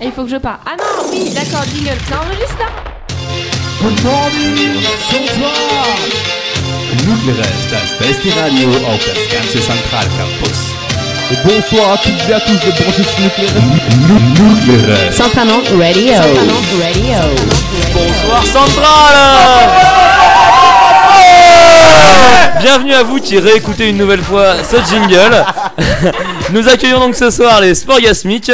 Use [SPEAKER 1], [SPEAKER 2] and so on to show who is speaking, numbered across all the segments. [SPEAKER 1] Et il faut que je parle. Ah non, oui, d'accord, jingle. Ça enregistre là
[SPEAKER 2] Good morning, Sonntag!
[SPEAKER 3] Nuclear ist das beste Radio auf das ganze Zentralcampus.
[SPEAKER 2] Et bonsoir à toutes et à tous de brancher sur Nuclear Est.
[SPEAKER 3] Nuclear ist
[SPEAKER 4] Santanon Radio. Santanon Radio.
[SPEAKER 5] Bienvenue à vous qui réécoutez une nouvelle fois ce jingle. Nous accueillons donc ce soir les Sporgasmiques.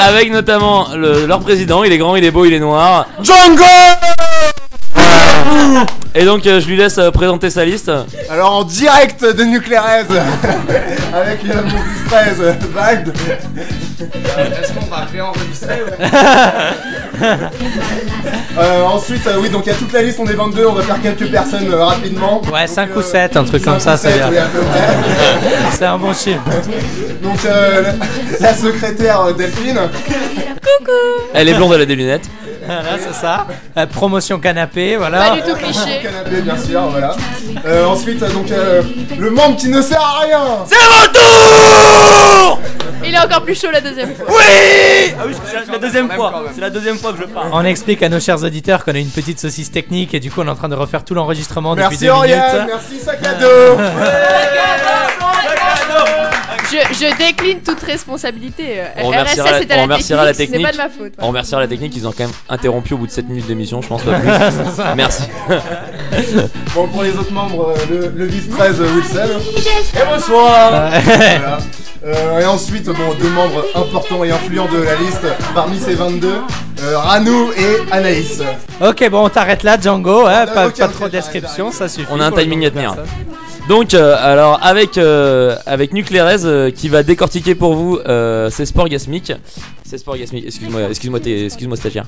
[SPEAKER 5] Avec notamment le- leur président, il est grand, il est beau, il est noir.
[SPEAKER 6] Django
[SPEAKER 5] Et donc euh, je lui laisse euh, présenter sa liste.
[SPEAKER 6] Alors en direct de Nuclear Head, avec euh, mon fils 13 euh, Vibe. Euh, ensuite, euh, oui, donc il y a toute la liste, on est 22, on va faire quelques personnes euh, rapidement.
[SPEAKER 7] Ouais, 5
[SPEAKER 6] Donc,
[SPEAKER 7] ou
[SPEAKER 6] euh,
[SPEAKER 7] 7, un
[SPEAKER 6] cinq
[SPEAKER 7] truc comme
[SPEAKER 6] ou
[SPEAKER 7] ça, ça
[SPEAKER 6] sept,
[SPEAKER 7] vient.
[SPEAKER 6] oui, à peu près.
[SPEAKER 7] C'est un bon chiffre.
[SPEAKER 6] Donc euh, le- la secrétaire euh, Delphine,
[SPEAKER 5] Elle est blonde, elle a des lunettes.
[SPEAKER 7] Voilà, c'est ça. Euh, promotion canapé,
[SPEAKER 1] Pas
[SPEAKER 7] voilà.
[SPEAKER 1] du tout cliché.
[SPEAKER 6] canapé bien sûr, voilà. Euh, ensuite, euh, donc euh, le membre qui ne sert à rien.
[SPEAKER 1] Il est encore plus chaud la deuxième fois.
[SPEAKER 5] Ah oui, c'est la deuxième fois. C'est la deuxième fois que je parle.
[SPEAKER 7] On explique à nos chers auditeurs qu'on a une petite saucisse technique et du coup on est en train de refaire tout l'enregistrement depuis
[SPEAKER 6] Merci
[SPEAKER 7] deux minutes.
[SPEAKER 6] Oriane, merci sac à dos.
[SPEAKER 1] Je, je décline toute responsabilité. euh,
[SPEAKER 5] On remerciera
[SPEAKER 1] RSA,
[SPEAKER 5] la-
[SPEAKER 1] c'était
[SPEAKER 5] on remerciera la
[SPEAKER 1] Ce n'est pas de ma
[SPEAKER 5] technique.
[SPEAKER 1] faute.
[SPEAKER 5] On remerciera la technique, ils ont quand même interrompu au bout de 7 minutes d'émission, je pense pas plus. Merci.
[SPEAKER 6] Bon, pour les autres membres, euh, le, le vice 13 euh, Wilson. Et bonsoir Voilà. Euh, Et ensuite, bon, deux membres importants et influents de la liste, parmi ces 22, euh, Ranou et Anaïs.
[SPEAKER 7] ok, bon, on t'arrête là, Django. hein,
[SPEAKER 6] Non,
[SPEAKER 7] pas,
[SPEAKER 6] ok,
[SPEAKER 7] pas
[SPEAKER 6] ok,
[SPEAKER 7] trop de
[SPEAKER 6] j'arrête,
[SPEAKER 7] description,
[SPEAKER 6] j'arrête.
[SPEAKER 7] ça suffit.
[SPEAKER 5] On a un
[SPEAKER 7] pour le
[SPEAKER 5] timing
[SPEAKER 7] nombre
[SPEAKER 5] à
[SPEAKER 7] de
[SPEAKER 5] tenir.
[SPEAKER 7] personnes.
[SPEAKER 5] Donc, euh, alors avec euh, avec Nuclérez euh, qui va décortiquer pour vous euh, ses sports gasmiques. Ses sports gasmiques. Excuse-moi, excuse-moi, t'es- excuse-moi stagiaire.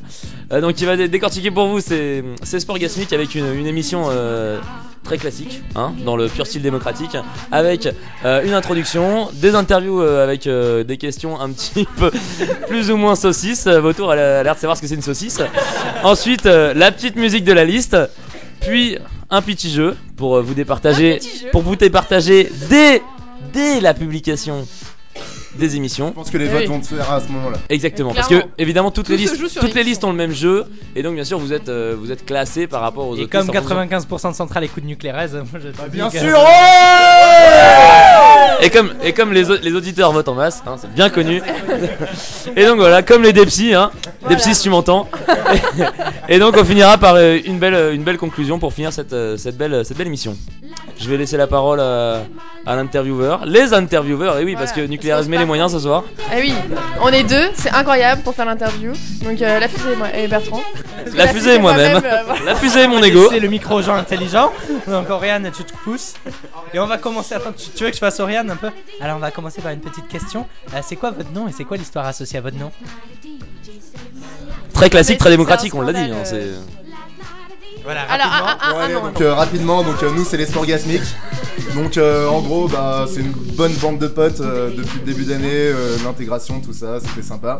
[SPEAKER 5] Euh, donc, il va dé- décortiquer pour vous ses, ses sports gasmiques avec une, une émission euh, très classique, hein, dans le pur style démocratique, avec euh, une introduction, des interviews euh, avec euh, des questions un petit peu plus ou moins saucisses. Euh, Vautour elle a l'air de savoir ce que c'est une saucisse. Ensuite, euh, la petite musique de la liste, puis un petit jeu pour euh, vous départager
[SPEAKER 1] Petit jeu.
[SPEAKER 5] pour vous départager dès, dès la publication des émissions.
[SPEAKER 6] Je pense que les
[SPEAKER 1] Oui.
[SPEAKER 6] votes vont se faire à ce moment-là.
[SPEAKER 5] Exactement, parce que
[SPEAKER 1] Clairement.
[SPEAKER 5] évidemment toutes
[SPEAKER 1] Tout
[SPEAKER 5] les
[SPEAKER 1] se joue
[SPEAKER 5] listes,
[SPEAKER 1] sur
[SPEAKER 5] toutes les
[SPEAKER 1] l'émission.
[SPEAKER 5] listes ont le même jeu, et donc bien sûr vous êtes euh, vous êtes classé par rapport aux
[SPEAKER 7] Et
[SPEAKER 5] autres.
[SPEAKER 7] comme
[SPEAKER 5] listes en fonction-
[SPEAKER 7] 95% de centrales écoutent nucléaire, je te dis
[SPEAKER 6] Bah, Bien
[SPEAKER 7] que-
[SPEAKER 6] sûr ouais
[SPEAKER 5] Et comme et comme les, au- les auditeurs votent en masse, hein, c'est bien connu. et donc voilà, comme les Depsy, hein, Depsy si tu m'entends. et donc on finira par euh, une belle euh, une belle conclusion pour finir cette euh, cette belle cette belle émission. Je vais laisser la parole à, à l'intervieweur, les intervieweurs, et oui parce que
[SPEAKER 1] Voilà.
[SPEAKER 5] Nucléaire met les moyens ce soir.
[SPEAKER 1] Ah oui, on est deux, c'est incroyable pour faire l'interview. Donc euh, la fusée et, moi, et Bertrand. Parce que
[SPEAKER 5] La fusée et moi-même.
[SPEAKER 1] euh, voilà.
[SPEAKER 5] La fusée est mon
[SPEAKER 7] C'est
[SPEAKER 5] ego.
[SPEAKER 7] le micro aux gens intelligents. Donc Oriane, tu te pousses. Et on va commencer. Attends, tu, tu veux que je fasse Oriane un peu Alors on va commencer par une petite question. Euh, c'est quoi votre nom et c'est quoi l'histoire associée à votre nom
[SPEAKER 5] Très classique, très
[SPEAKER 1] C'est un
[SPEAKER 5] démocratique, on l'a dit.
[SPEAKER 1] scandale,
[SPEAKER 5] hein, c'est-
[SPEAKER 7] Voilà.
[SPEAKER 1] Alors,
[SPEAKER 7] rapidement.
[SPEAKER 1] un, un,
[SPEAKER 6] Bon,
[SPEAKER 1] un,
[SPEAKER 6] allez,
[SPEAKER 1] un an,
[SPEAKER 6] donc euh, rapidement, donc euh, nous c'est les Sporgasmiques. Donc euh, en gros, bah, c'est une bonne bande de potes euh, depuis le début d'année, euh, l'intégration, tout ça, c'était sympa.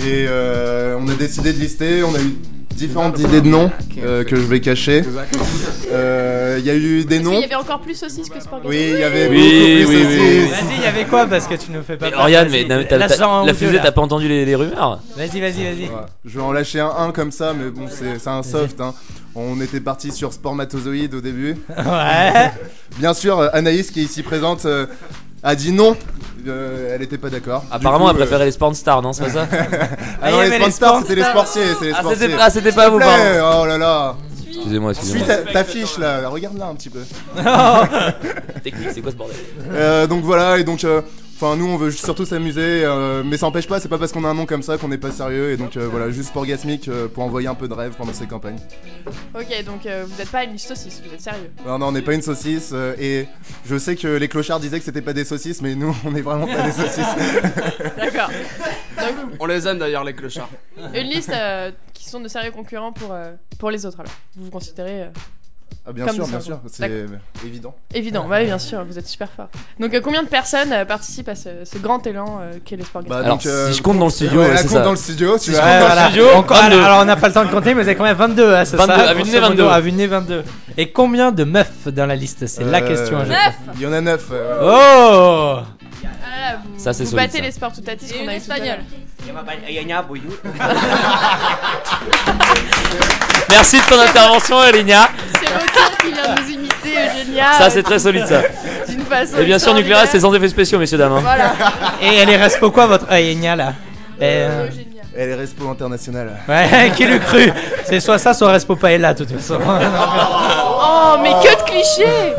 [SPEAKER 6] Et euh, on a décidé de lister, on a eu différentes idées de noms
[SPEAKER 5] Ah,
[SPEAKER 6] euh, que je vais cacher. Euh, Il y a eu des
[SPEAKER 1] Il
[SPEAKER 6] noms.
[SPEAKER 1] y avait encore plus saucisses que Sport
[SPEAKER 6] Oui, il y
[SPEAKER 5] Oui,
[SPEAKER 6] avait beaucoup
[SPEAKER 5] oui, oui,
[SPEAKER 6] plus de saucisses.
[SPEAKER 7] ah. Vas-y, il y avait quoi Parce que tu ne fais pas.
[SPEAKER 5] Mais
[SPEAKER 7] peur,
[SPEAKER 5] Oriane, mais
[SPEAKER 7] vas-y.
[SPEAKER 5] non, mais t'as-
[SPEAKER 7] Lâche-en un
[SPEAKER 5] t'as-
[SPEAKER 7] ou
[SPEAKER 5] Bah, la
[SPEAKER 7] deux,
[SPEAKER 5] fusée,
[SPEAKER 7] là.
[SPEAKER 5] t'as pas entendu les, les rumeurs
[SPEAKER 7] Vas-y, vas-y, vas-y.
[SPEAKER 6] Voilà. Je vais en lâcher un, un comme ça, mais bon, c'est c'est un soft. hein. On était parti sur Spormatozoïde au début.
[SPEAKER 7] Ouais.
[SPEAKER 6] Bien sûr, euh, Anaïs qui est ici présente euh, a dit non. Euh, elle était pas d'accord. Du
[SPEAKER 5] Apparemment,
[SPEAKER 6] coup,
[SPEAKER 5] elle préférait euh, les porn stars, non C'est pas ça
[SPEAKER 6] euh, Ah non,
[SPEAKER 7] Ah, il y
[SPEAKER 6] les
[SPEAKER 7] avait les
[SPEAKER 6] sports, c'était les
[SPEAKER 1] sports.
[SPEAKER 6] sportiers, c'est les
[SPEAKER 5] Ah,
[SPEAKER 6] sportiers.
[SPEAKER 5] c'était ah, c'était pas vous, pardon.
[SPEAKER 6] Plaît, oh là là.
[SPEAKER 5] Excusez-moi,
[SPEAKER 6] Suis
[SPEAKER 5] excusez-moi.
[SPEAKER 6] ta, ta fiche là, regarde là un petit peu.
[SPEAKER 5] Technique, c'est quoi ce bordel
[SPEAKER 6] Euh, donc voilà, et donc. euh, Enfin, nous on veut surtout s'amuser, euh, mais ça empêche pas, c'est pas parce qu'on a un nom comme ça qu'on n'est pas sérieux, et donc euh, voilà, juste pour Gasmic, euh, pour envoyer un peu de rêve pendant ces campagnes.
[SPEAKER 1] Ok, donc euh, vous n'êtes pas une saucisse, vous êtes sérieux.
[SPEAKER 6] Non, non, on n'est pas une saucisse, euh, et je sais que les clochards disaient que c'était pas des saucisses, mais nous on est vraiment pas des saucisses.
[SPEAKER 1] D'accord. Donc,
[SPEAKER 8] On les aime d'ailleurs les clochards.
[SPEAKER 1] une liste euh, qui sont de sérieux concurrents pour, euh, pour les autres alors. Vous vous considérez euh,
[SPEAKER 6] Ah, bien
[SPEAKER 1] Comme
[SPEAKER 6] sûr,
[SPEAKER 1] ça,
[SPEAKER 6] bien
[SPEAKER 1] quoi.
[SPEAKER 6] sûr, c'est euh, évident.
[SPEAKER 1] évident. Bah oui, bien sûr, vous êtes super fort. Donc euh, combien de personnes euh, participent à ce, ce grand élan euh, qu'est le sport
[SPEAKER 6] Bah,
[SPEAKER 5] Alors,
[SPEAKER 6] donc, euh,
[SPEAKER 5] si je compte dans le studio,
[SPEAKER 6] ouais,
[SPEAKER 5] ouais,
[SPEAKER 6] la
[SPEAKER 5] c'est
[SPEAKER 6] compte
[SPEAKER 5] ça.
[SPEAKER 6] dans le studio, tu
[SPEAKER 5] Si
[SPEAKER 6] vois.
[SPEAKER 5] je compte dans le
[SPEAKER 7] voilà.
[SPEAKER 5] studio,
[SPEAKER 7] Encore-
[SPEAKER 5] 22.
[SPEAKER 7] alors, on n'a pas le temps de compter, mais vous avez quand même 22, hein, c'est
[SPEAKER 5] 22,
[SPEAKER 7] ça
[SPEAKER 5] à vue de nez,
[SPEAKER 7] Grosso modo,
[SPEAKER 5] 22.
[SPEAKER 7] à vue de nez, 22. Et combien de meufs dans la liste C'est la
[SPEAKER 6] Euh,
[SPEAKER 7] question. je-
[SPEAKER 1] Neuf
[SPEAKER 6] Il y en a 9.
[SPEAKER 7] Oh
[SPEAKER 1] Ah là là, voilà, vous,
[SPEAKER 5] Ça, c'est
[SPEAKER 1] vous
[SPEAKER 5] solide,
[SPEAKER 1] battez
[SPEAKER 5] ça.
[SPEAKER 1] les sports toutatis
[SPEAKER 8] Et
[SPEAKER 1] qu'on
[SPEAKER 8] une
[SPEAKER 1] a eu tout à l'heure.
[SPEAKER 8] espagnole.
[SPEAKER 5] Merci de ton intervention, Elina.
[SPEAKER 1] C'est Roquin qui vient nous imiter, Eugenia.
[SPEAKER 5] Ça, c'est très solide, ça.
[SPEAKER 1] euh, D'une façon.
[SPEAKER 5] Et bien sûr, Nuclear, c'est sans effets spéciaux, messieurs, dames. hein.
[SPEAKER 1] Voilà.
[SPEAKER 7] Et elle est respo quoi, votre Ah, Ayenia là Euh,
[SPEAKER 1] Eugenia.
[SPEAKER 6] Elle est respo internationale.
[SPEAKER 7] Ouais, qui l'eût cru C'est soit ça, soit respo paella, de toute façon.
[SPEAKER 1] Oh, mais que de clichés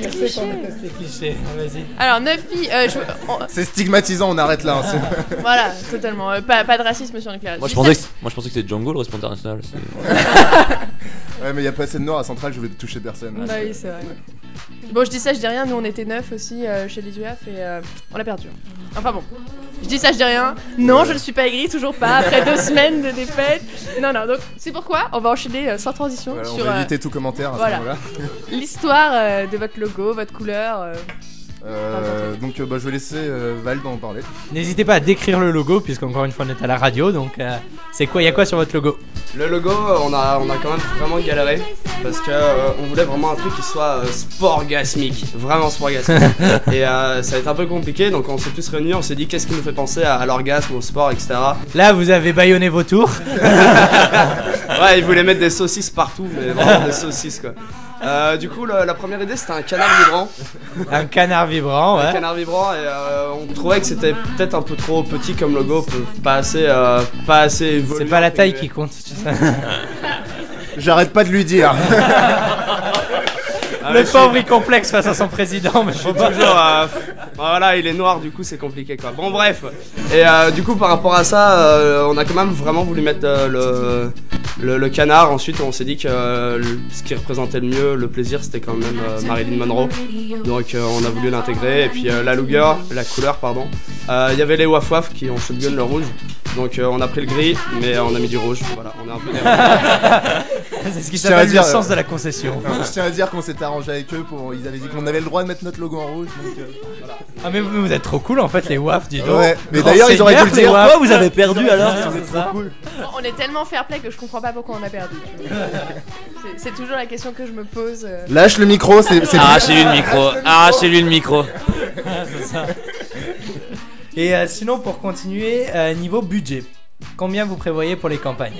[SPEAKER 1] Que de clichés
[SPEAKER 7] cliché, vas-y.
[SPEAKER 1] Alors, 9 filles. euh, je- on-
[SPEAKER 6] C'est stigmatisant, on arrête là. hein, c'est-
[SPEAKER 1] Voilà, totalement. Euh, pas, pas de racisme sur Nuclear.
[SPEAKER 5] Moi, je pensais que, moi, je pensais que c'était Django, le responsable international. C'est-
[SPEAKER 6] Ouais, mais il y a pas assez de noir à Centrale, je vais toucher personne.
[SPEAKER 1] Bah oui, c'est vrai. Bon, je dis ça, je dis rien. Nous, on était neuf aussi euh, chez les UAF et euh, on l'a perdu. Enfin bon. Je dis ça, je dis rien. Non, je ne suis pas aigrie, toujours pas, après deux semaines de défaite. Non, non, donc c'est pourquoi on va enchaîner euh, sans transition
[SPEAKER 6] Voilà, on
[SPEAKER 1] sur
[SPEAKER 6] va
[SPEAKER 1] euh,
[SPEAKER 6] éviter tout commentaire à
[SPEAKER 1] voilà.
[SPEAKER 6] ce moment-là.
[SPEAKER 1] l'histoire euh, de votre logo, votre couleur. euh.
[SPEAKER 6] Euh, donc euh, bah, je vais laisser euh, Vald en parler.
[SPEAKER 7] N'hésitez pas à décrire le logo, puisqu'encore une fois, on est à la radio, donc euh, c'est quoi, il y a quoi sur votre logo
[SPEAKER 9] Le logo, euh, on a, on a quand même vraiment galéré parce que euh, on voulait vraiment un truc qui soit euh, sportgasmique, vraiment sportgasmique. et euh, ça a été un peu compliqué, donc on s'est tous réunis, on s'est dit qu'est-ce qui nous fait penser à, à l'orgasme, au sport, etc.
[SPEAKER 7] Là, vous avez baïonné vos tours.
[SPEAKER 9] Ouais, ils voulaient mettre des saucisses partout, mais vraiment des saucisses quoi. Euh, du coup, le- la première idée c'était un canard vibrant,
[SPEAKER 7] Un canard vibrant,
[SPEAKER 9] un
[SPEAKER 7] ouais.
[SPEAKER 9] canard vibrant, et euh, on trouvait que c'était peut-être un peu trop petit comme logo, peu- pas assez, euh, pas assez.
[SPEAKER 7] C'est
[SPEAKER 9] évolué,
[SPEAKER 7] pas la
[SPEAKER 9] entre
[SPEAKER 7] taille
[SPEAKER 9] guillemets.
[SPEAKER 7] qui compte, tu sais.
[SPEAKER 6] J'arrête pas de lui dire.
[SPEAKER 9] Ah,
[SPEAKER 7] Le
[SPEAKER 9] mais je-
[SPEAKER 7] pauvre il complexe face à son président, mais je sais
[SPEAKER 9] Faut
[SPEAKER 7] pas.
[SPEAKER 9] toujours. euh, bah voilà, il est noir, du coup, c'est compliqué quoi. Bon, bref. Et euh, du coup, par rapport à ça, euh, on a quand même vraiment voulu mettre euh, le, le, le canard. Ensuite, on s'est dit que euh, le- ce qui représentait le mieux le plaisir, c'était quand même euh, Marilyn Monroe. Donc, euh, on a voulu l'intégrer. Et puis, euh, la Luger, la couleur, pardon. Euh, Il y avait les Waf Waf qui ont shotgun le rouge. Donc, euh, on a pris le gris, mais on a mis du rouge. Voilà, on est un peu des-
[SPEAKER 7] C'est ce qui
[SPEAKER 6] Je tiens à
[SPEAKER 7] s'appelle le
[SPEAKER 6] dire,
[SPEAKER 7] sens
[SPEAKER 6] euh,
[SPEAKER 7] de la concession.
[SPEAKER 6] je tiens à dire qu'on s'est arrangé avec eux pour. Ils avaient dit qu'on avait le droit de mettre notre logo en rouge. donc, euh,
[SPEAKER 7] Ah, mais vous, vous êtes trop cool en fait, les WAF, dis donc.
[SPEAKER 6] Ouais, mais
[SPEAKER 7] Oh,
[SPEAKER 6] d'ailleurs, ils auraient dû
[SPEAKER 7] Seigneur,
[SPEAKER 6] le
[SPEAKER 7] les
[SPEAKER 6] dire.
[SPEAKER 7] WAF.
[SPEAKER 10] vous avez perdu alors
[SPEAKER 7] C'est ça.
[SPEAKER 1] Bon, on est tellement fair play que je comprends pas pourquoi on a perdu. C'est- C'est toujours la question que je me pose. euh.
[SPEAKER 6] Lâche le micro, c'est. c'est-
[SPEAKER 5] Arrachez-lui le micro. Arrachez-lui le micro.
[SPEAKER 7] Et euh, sinon, pour continuer, euh, niveau budget, combien vous prévoyez pour les campagnes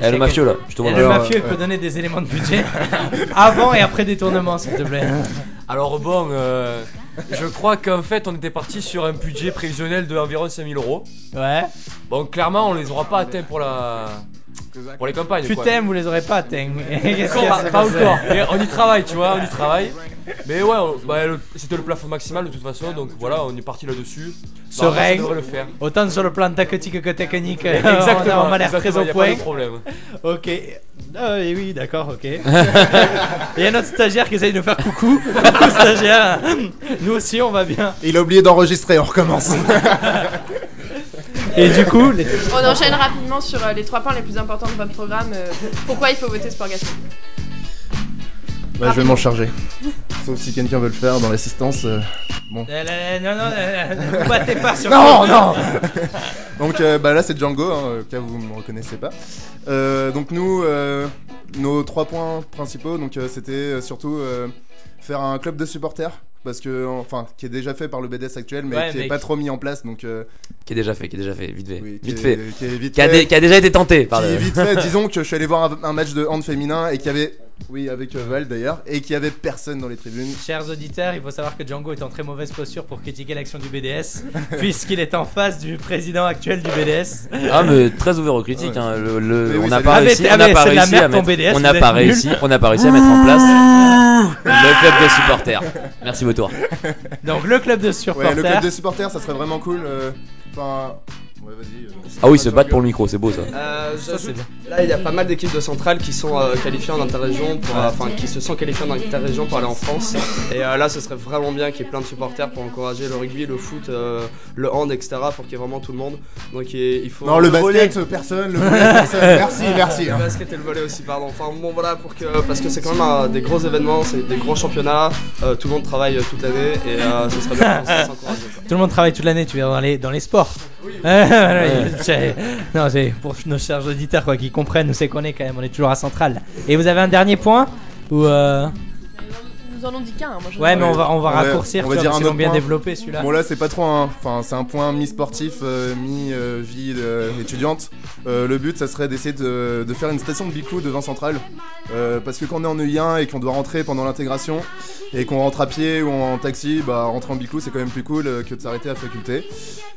[SPEAKER 5] Eh, le mafieux, là. Je te
[SPEAKER 7] Et
[SPEAKER 5] vois.
[SPEAKER 7] Le
[SPEAKER 5] là.
[SPEAKER 6] Alors,
[SPEAKER 10] euh,
[SPEAKER 7] mafieux il peut
[SPEAKER 6] ouais.
[SPEAKER 7] donner des éléments de budget avant et après détournement, s'il te plaît.
[SPEAKER 10] Alors bon, euh, je crois qu'en fait on était parti sur un budget prévisionnel de environ 5000 euros.
[SPEAKER 7] Ouais.
[SPEAKER 10] Bon, clairement on les aura pas atteints pour la pour les campagnes.
[SPEAKER 7] Tu
[SPEAKER 10] quoi.
[SPEAKER 7] t'aimes, vous les aurez pas atteints. Qu'est-ce qu'il y a,
[SPEAKER 10] Pas,
[SPEAKER 7] c'est
[SPEAKER 10] pas
[SPEAKER 7] passé
[SPEAKER 10] encore. Mais on y travaille, tu vois, on y travaille. Mais ouais, on- bah, le- c'était le plafond maximal de toute façon, donc voilà, on est parti là-dessus.
[SPEAKER 7] Ce
[SPEAKER 10] Normalement, ça
[SPEAKER 7] règle.
[SPEAKER 10] devrait le faire.
[SPEAKER 7] Autant sur le plan tactique que technique, euh,
[SPEAKER 10] Exactement.
[SPEAKER 7] on a l'air très
[SPEAKER 10] exactement,
[SPEAKER 7] au
[SPEAKER 10] y a
[SPEAKER 7] point.
[SPEAKER 10] Pas de problème.
[SPEAKER 7] Ok. Ah oui, oui, d'accord, ok. Il y a notre stagiaire qui essaye de nous faire coucou. coucou stagiaire. Nous aussi, on va bien.
[SPEAKER 6] Il a oublié d'enregistrer, on recommence.
[SPEAKER 7] Et du coup, les-
[SPEAKER 1] On enchaîne rapidement sur euh, les trois points les plus importants de votre programme. euh, pourquoi il faut voter Sport Gaston
[SPEAKER 6] Bah, je vais m'en charger. Sauf si quelqu'un veut le faire dans l'assistance. euh,
[SPEAKER 7] Euh, là, là, non, non, là, là, ne vous battez pas sur.
[SPEAKER 6] Non, non Donc euh, bah, là, c'est Django, hein, au cas où vous ne me reconnaissez pas. Euh, donc nous, euh, nos trois points principaux, donc euh, c'était euh, surtout euh, faire un club de supporters. Parce que, enfin, qui est déjà fait par le BDS actuel, mais
[SPEAKER 7] Ouais,
[SPEAKER 6] qui
[SPEAKER 7] mais
[SPEAKER 6] est pas
[SPEAKER 7] qui-
[SPEAKER 6] trop mis en place, donc. euh,
[SPEAKER 5] Qui est déjà fait, qui est déjà fait. Vite fait.
[SPEAKER 6] oui, qui
[SPEAKER 5] Vite
[SPEAKER 6] est-
[SPEAKER 5] fait.
[SPEAKER 6] Qui est vite
[SPEAKER 5] Qui a,
[SPEAKER 6] fait.
[SPEAKER 5] dé- qui a déjà été tenté par
[SPEAKER 6] Qui
[SPEAKER 5] le-
[SPEAKER 6] vite fait, disons que je suis allé voir un, un match de hand féminin et qu'il y avait. Oui, avec euh, Val d'ailleurs, et qu'il y avait personne dans les tribunes.
[SPEAKER 7] Chers auditeurs, il faut savoir que Django est en très mauvaise posture pour critiquer l'action du BDS, puisqu'il est en face du président actuel du BDS.
[SPEAKER 5] Ah mais très ouvert aux critiques.
[SPEAKER 6] Ouais.
[SPEAKER 5] hein. Le- le-
[SPEAKER 6] Mais oui,
[SPEAKER 5] on
[SPEAKER 6] c'est
[SPEAKER 5] n'a
[SPEAKER 6] de-
[SPEAKER 5] pas
[SPEAKER 7] Ah, mais-
[SPEAKER 5] réussi,
[SPEAKER 7] ah,
[SPEAKER 5] on n'a
[SPEAKER 7] mais
[SPEAKER 5] pas
[SPEAKER 7] c'est de la
[SPEAKER 5] réussi à
[SPEAKER 7] merde, ton
[SPEAKER 5] mettre,
[SPEAKER 7] BDS,
[SPEAKER 5] on
[SPEAKER 7] vous
[SPEAKER 5] n'a
[SPEAKER 7] êtes
[SPEAKER 5] pas
[SPEAKER 7] nuls.
[SPEAKER 5] réussi, on n'a pas réussi à mettre en place le club des supporters. Merci Vautour.
[SPEAKER 7] Donc le club de supporters.
[SPEAKER 6] Ouais, le club de supporters, ça serait vraiment cool. euh, Enfin. ouais, vas-y. euh,
[SPEAKER 5] Ah oui, ils se battent pour le micro, c'est beau ça.
[SPEAKER 9] Euh,
[SPEAKER 7] Ça, c'est
[SPEAKER 9] j'ajoute-
[SPEAKER 7] bien.
[SPEAKER 9] Là, il y a pas mal d'équipes de Centrale qui sont euh, qualifiées en interrégion, pour, euh, enfin qui se sont qualifiées en interrégion pour aller en France. Et euh, là, ce serait vraiment bien qu'il y ait plein de supporters pour encourager le rugby, le foot, euh, le hand, etc. Pour qu'il y ait vraiment tout le monde. Donc il il faut.
[SPEAKER 6] Non, le
[SPEAKER 9] volley.
[SPEAKER 6] basket, personne, le volley, personne. Merci, merci.
[SPEAKER 9] Le
[SPEAKER 6] hein.
[SPEAKER 9] basket et le volet aussi, pardon. Enfin bon, voilà, pour que, parce que c'est quand même euh, des gros événements, c'est des gros championnats. euh, tout le monde travaille euh, toute l'année et euh, ce serait bien qu'on se fasse encourager. quoi.
[SPEAKER 7] Tout le monde travaille toute l'année, tu viens dans les, dans les sports. Ouais. non, c'est pour nos chers auditeurs quoi, qui comprennent où c'est qu'on est quand même, on est toujours à Centrale. Et vous avez un dernier point Ou euh,
[SPEAKER 1] nous en ont dit qu'un. moi, j'en ai
[SPEAKER 7] Ouais, mais on
[SPEAKER 1] entendu.
[SPEAKER 7] va, on va
[SPEAKER 6] Ouais,
[SPEAKER 7] raccourcir,
[SPEAKER 6] on va
[SPEAKER 7] tu vois,
[SPEAKER 6] dire
[SPEAKER 7] parce
[SPEAKER 6] un
[SPEAKER 7] qu'ils l'ont
[SPEAKER 6] autre
[SPEAKER 7] bien
[SPEAKER 6] point.
[SPEAKER 7] développé celui-là.
[SPEAKER 6] Bon là c'est pas trop un, enfin c'est un point mi-sportif, euh, mi-vie euh, étudiante. Euh, le but ça serait d'essayer de, de faire une station de bicou devant Centrale. Euh, parce que quand on est en EI1 et qu'on doit rentrer pendant l'intégration et qu'on rentre à pied ou en taxi, bah rentrer en bicou c'est quand même plus cool euh, que de s'arrêter à faculté.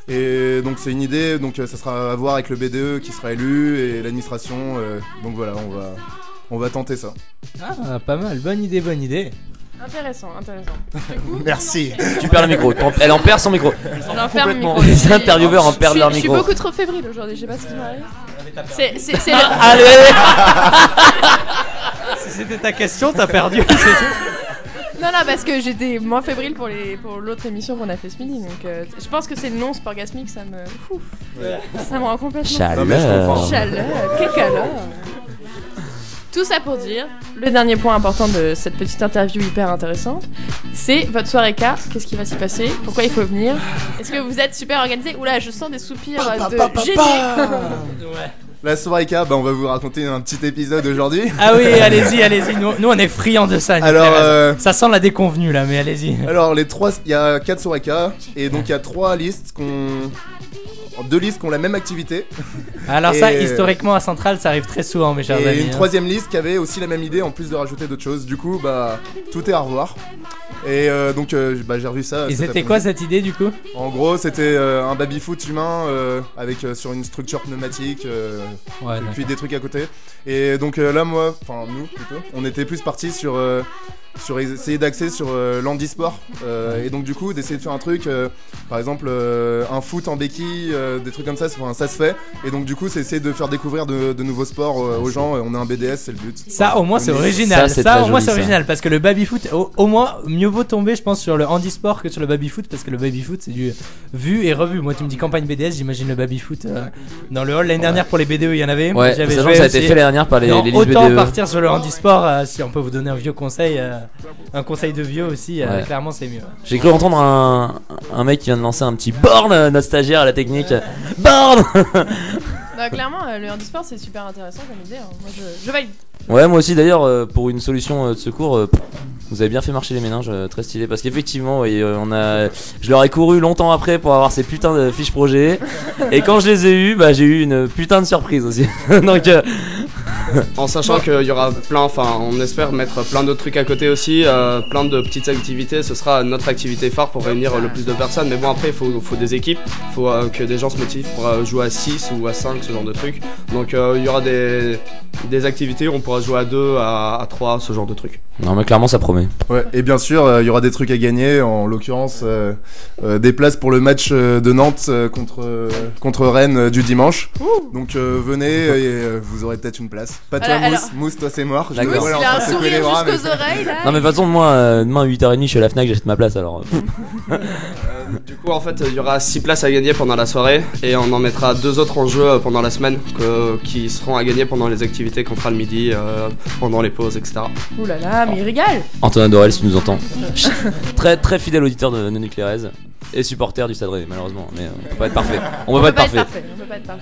[SPEAKER 6] Et donc c'est une idée, donc euh, ça sera à voir avec le BDE qui sera élu et l'administration. euh, donc voilà, on va, on va tenter ça.
[SPEAKER 7] Ah, pas mal, bonne idée, bonne idée.
[SPEAKER 1] Intéressant, intéressant.
[SPEAKER 8] Merci.
[SPEAKER 5] Tu perds le micro. t'en- Elle en perd son micro.
[SPEAKER 1] On en ferme le micro.
[SPEAKER 5] Les intervieweurs en
[SPEAKER 1] Je
[SPEAKER 5] perdent
[SPEAKER 1] suis,
[SPEAKER 5] leur
[SPEAKER 1] je suis
[SPEAKER 5] micro. Ah,
[SPEAKER 1] beaucoup trop fébrile aujourd'hui, je sais pas ce qui m'arrive. C'est, c'est, c'est le-
[SPEAKER 5] Allez
[SPEAKER 7] Si c'était ta question, t'as perdu.
[SPEAKER 1] Non, non, parce que j'étais moins fébrile pour, les, pour l'autre émission qu'on a fait ce midi. Donc, euh, je pense que c'est le non sporgasmique, ça me. Ouf, ça me rend complètement.
[SPEAKER 6] Non, mais je
[SPEAKER 5] Chaleur.
[SPEAKER 6] comprends.
[SPEAKER 1] Chaleur, quelle calor Tout ça pour dire, le dernier point important de cette petite interview hyper intéressante, c'est votre soirée K. Qu'est-ce qui va s'y passer Pourquoi il faut venir Est-ce que vous êtes super organisé Oula, je sens des soupirs euh, de gênés.
[SPEAKER 6] La soirée K, bah on va vous raconter un petit épisode aujourd'hui.
[SPEAKER 7] Ah oui, allez-y, allez-y. Nous, nous, on est friands de ça.
[SPEAKER 6] Alors
[SPEAKER 7] Nicolas.
[SPEAKER 6] euh,
[SPEAKER 7] ça sent la déconvenue là, mais allez-y.
[SPEAKER 6] Alors les trois, il y a quatre Soraka et donc il y a trois listes qu'on, deux listes qui ont la même activité
[SPEAKER 7] Alors ça,
[SPEAKER 6] Et-
[SPEAKER 7] historiquement à Centrale, ça arrive très souvent, mes chers
[SPEAKER 6] et
[SPEAKER 7] amis.
[SPEAKER 6] une
[SPEAKER 7] hein.
[SPEAKER 6] troisième liste qui avait aussi la même idée en plus de rajouter d'autres choses. Du coup bah tout est à revoir. Et euh, donc euh, bah, j'ai revu ça. cet
[SPEAKER 7] Et c'était
[SPEAKER 6] après-midi.
[SPEAKER 7] quoi cette idée du coup
[SPEAKER 6] En gros c'était euh, un baby foot humain euh, avec euh, sur une structure pneumatique. euh,
[SPEAKER 7] Ouais,
[SPEAKER 6] et puis des trucs à côté. Et donc euh, là, moi, enfin nous plutôt, on était plus partis sur, euh, sur essayer d'axer sur euh, l'handisport. Euh, et donc du coup, d'essayer de faire un truc, euh, par exemple, euh, un foot en béquille, euh, des trucs comme ça, enfin, ça se fait. Et donc du coup, c'est essayer de faire découvrir de, de nouveaux sports euh, aux gens. Et on a un BDS, c'est le but.
[SPEAKER 7] Ça, au moins, c'est
[SPEAKER 6] Ça,
[SPEAKER 7] original. Ça,
[SPEAKER 5] c'est très
[SPEAKER 7] au moins,
[SPEAKER 5] joli,
[SPEAKER 7] c'est
[SPEAKER 5] ça.
[SPEAKER 7] original. Parce que le baby-foot, au, au moins, mieux vaut tomber, je pense, sur le handisport que sur le baby-foot. Parce que le baby-foot, c'est du vu et revu. Moi, tu me dis campagne BDS, j'imagine le baby-foot. euh, dans le hall l'année dernière pour les BDE, il y en avait.
[SPEAKER 5] Ouais,
[SPEAKER 7] J'avais
[SPEAKER 5] sachant
[SPEAKER 7] joué
[SPEAKER 5] que ça a
[SPEAKER 7] aussi.
[SPEAKER 5] été fait l'année dernière par les,
[SPEAKER 7] Non,
[SPEAKER 5] les listes E.
[SPEAKER 7] autant
[SPEAKER 5] BDE.
[SPEAKER 7] partir sur le handisport, euh, si on peut vous donner un vieux conseil, euh, un conseil de vieux aussi, euh,
[SPEAKER 5] Ouais.
[SPEAKER 7] clairement c'est mieux.
[SPEAKER 5] J'ai cru entendre un, un mec qui vient de lancer un petit borne, euh, notre stagiaire à la technique. Borne
[SPEAKER 1] Bah, clairement, euh, le handisport, c'est super intéressant comme idée. hein. Moi, je, je valide.
[SPEAKER 5] Ouais, moi aussi d'ailleurs, euh, pour une solution euh, de secours, euh, vous avez bien fait marcher les méninges, euh, très stylé. Parce qu'effectivement, oui, euh, on a, je leur ai couru longtemps après pour avoir ces putains de fiches projet. et quand je les ai eues, bah, j'ai eu une putain de surprise aussi. Donc, euh,
[SPEAKER 9] En sachant qu'il y aura plein, enfin, on espère mettre plein d'autres trucs à côté aussi, euh, plein de petites activités. Ce sera notre activité phare pour réunir euh, le plus de personnes. Mais bon, après, il faut, faut des équipes, il faut euh, que des gens se motivent pour euh, jouer à 6 ou à 5, ce genre de trucs. Donc, euh, il y aura des, des activités où on pourra jouer à 2, à, à 3, ce genre de trucs.
[SPEAKER 5] non, mais clairement, ça promet.
[SPEAKER 6] Ouais. Et bien sûr, euh, il y aura des trucs à gagner. En l'occurrence, euh, euh, des places pour le match euh, de Nantes euh, contre euh, contre Rennes euh, du dimanche. Donc euh, venez et euh, vous aurez peut-être une place. Pas toi,
[SPEAKER 1] Alors-
[SPEAKER 6] Mousse. Mousse, toi c'est mort. Je le
[SPEAKER 5] D'accord.
[SPEAKER 6] vois,
[SPEAKER 1] Mousse,
[SPEAKER 6] elle est en train de
[SPEAKER 1] il a un
[SPEAKER 6] secouer les
[SPEAKER 1] sourire
[SPEAKER 6] bras, mais-
[SPEAKER 1] jusqu'aux oreilles là.
[SPEAKER 5] Non, mais de toute façon, moi, euh, demain, 8h30, je suis à la Fnac, j'achète ma place alors. euh,
[SPEAKER 9] Du coup, en fait, il y aura 6 places à gagner pendant la soirée et on en mettra deux autres en jeu euh, pendant la semaine que- qui seront à gagner pendant les activités qu'on fera le midi, euh, pendant les pauses, etc.
[SPEAKER 1] Ouh là là, mais il régale.
[SPEAKER 5] Antonin Dorel, si tu nous entends. Chut. très, très fidèle auditeur de Non Nuclérez et supporter du Stade Rennais, malheureusement. Mais euh, on peut pas être parfait. On peut pas être parfait.
[SPEAKER 1] On peut pas être parfait.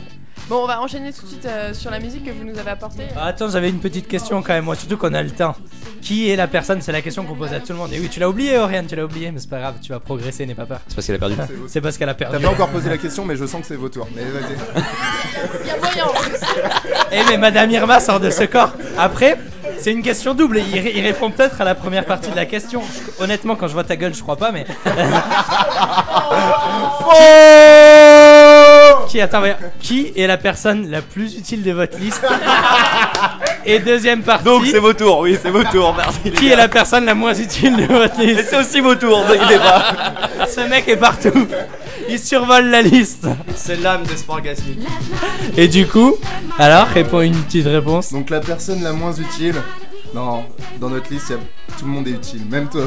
[SPEAKER 1] Bon, on va enchaîner tout de suite euh, sur la musique que vous nous avez apportée.
[SPEAKER 7] Ah, Attends, j'avais une petite question quand même, moi, surtout qu'on a le temps. Qui est la personne C'est la question qu'on pose à tout le monde. Et oui, tu l'as oublié, Oriane, tu l'as oublié, mais c'est pas grave, tu vas progresser, n'aie pas peur.
[SPEAKER 5] C'est parce qu'elle a perdu.
[SPEAKER 7] C'est parce qu'elle a
[SPEAKER 6] T'as
[SPEAKER 7] perdu.
[SPEAKER 6] pas encore posé la question, mais je sens que c'est vos tours. Mais vas-y.
[SPEAKER 1] Il y a moyen en plus.
[SPEAKER 7] Eh, mais Madame Irma sort de ce corps. Après, c'est une question double. Il, ré- il répond peut-être à la première partie de la question. Honnêtement, quand je vois ta gueule, je crois pas, mais. qui, attends, voyons. qui est la personne la plus utile de votre liste Et deuxième partie.
[SPEAKER 5] vos tours, oui, c'est vos tours. Merci.
[SPEAKER 7] qui est la personne la moins utile de votre liste
[SPEAKER 5] C'est aussi vos tours, ne inquiétez pas.
[SPEAKER 7] Ce mec est partout. Il survole la liste.
[SPEAKER 9] C'est l'âme des sports gasmiques.
[SPEAKER 7] Et du coup, alors, réponds une petite réponse.
[SPEAKER 6] Donc la personne la moins utile. Non, dans notre liste, y a- tout le monde est utile, même toi.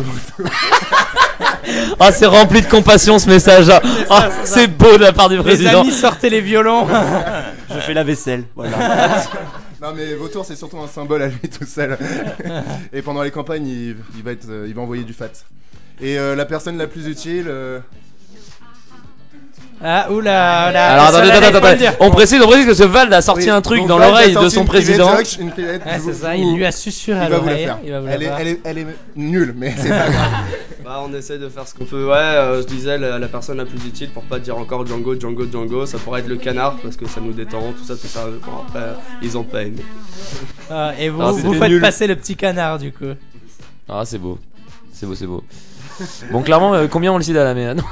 [SPEAKER 5] Ah, c'est rempli de compassion ce message. là. Ah, c'est beau de la part du
[SPEAKER 7] Les
[SPEAKER 5] président.
[SPEAKER 7] amis, sortez les violons.
[SPEAKER 8] Je fais la vaisselle. Voilà.
[SPEAKER 6] Non mais Vautour c'est surtout un symbole à lui tout seul. Et pendant les campagnes, il, il va, être, euh, il va envoyer du fat. Et euh, la personne la plus utile... euh,
[SPEAKER 7] Ah, oula, oula.
[SPEAKER 5] Alors
[SPEAKER 7] ça,
[SPEAKER 5] attendez,
[SPEAKER 7] j'allais
[SPEAKER 5] attendez,
[SPEAKER 7] pas le
[SPEAKER 5] attendez.
[SPEAKER 7] dire.
[SPEAKER 5] On précise, on précise que ce Vald a sorti
[SPEAKER 6] Oui,
[SPEAKER 5] un truc
[SPEAKER 6] donc
[SPEAKER 5] dans
[SPEAKER 6] là, il a
[SPEAKER 5] l'oreille de
[SPEAKER 6] sorti
[SPEAKER 5] son
[SPEAKER 6] une private
[SPEAKER 5] président.
[SPEAKER 6] joke, une private,
[SPEAKER 7] Ah,
[SPEAKER 6] vous-
[SPEAKER 7] c'est ça, il lui a susurré à
[SPEAKER 6] Il va vous la
[SPEAKER 7] l'oreille.
[SPEAKER 6] faire.
[SPEAKER 7] Il va vous la
[SPEAKER 6] Elle est,
[SPEAKER 7] faire.
[SPEAKER 6] elle, est, elle est nulle, mais c'est pas grave.
[SPEAKER 9] Bah, on essaie de faire ce qu'on peut. Ouais, euh, je disais la, la personne la plus utile pour pas dire encore Django, Django, Django. Ça pourrait être le canard parce que ça nous détend, tout ça, tout ça. Bon, après, ils ont pas aimé.
[SPEAKER 7] Ah, et vous,
[SPEAKER 5] Non,
[SPEAKER 7] vous
[SPEAKER 5] c'était
[SPEAKER 7] faites
[SPEAKER 5] nul.
[SPEAKER 7] passer le petit canard du coup.
[SPEAKER 5] Ah, c'est beau. C'est beau, c'est beau. Bon, clairement, euh, combien on le cite à la mais non.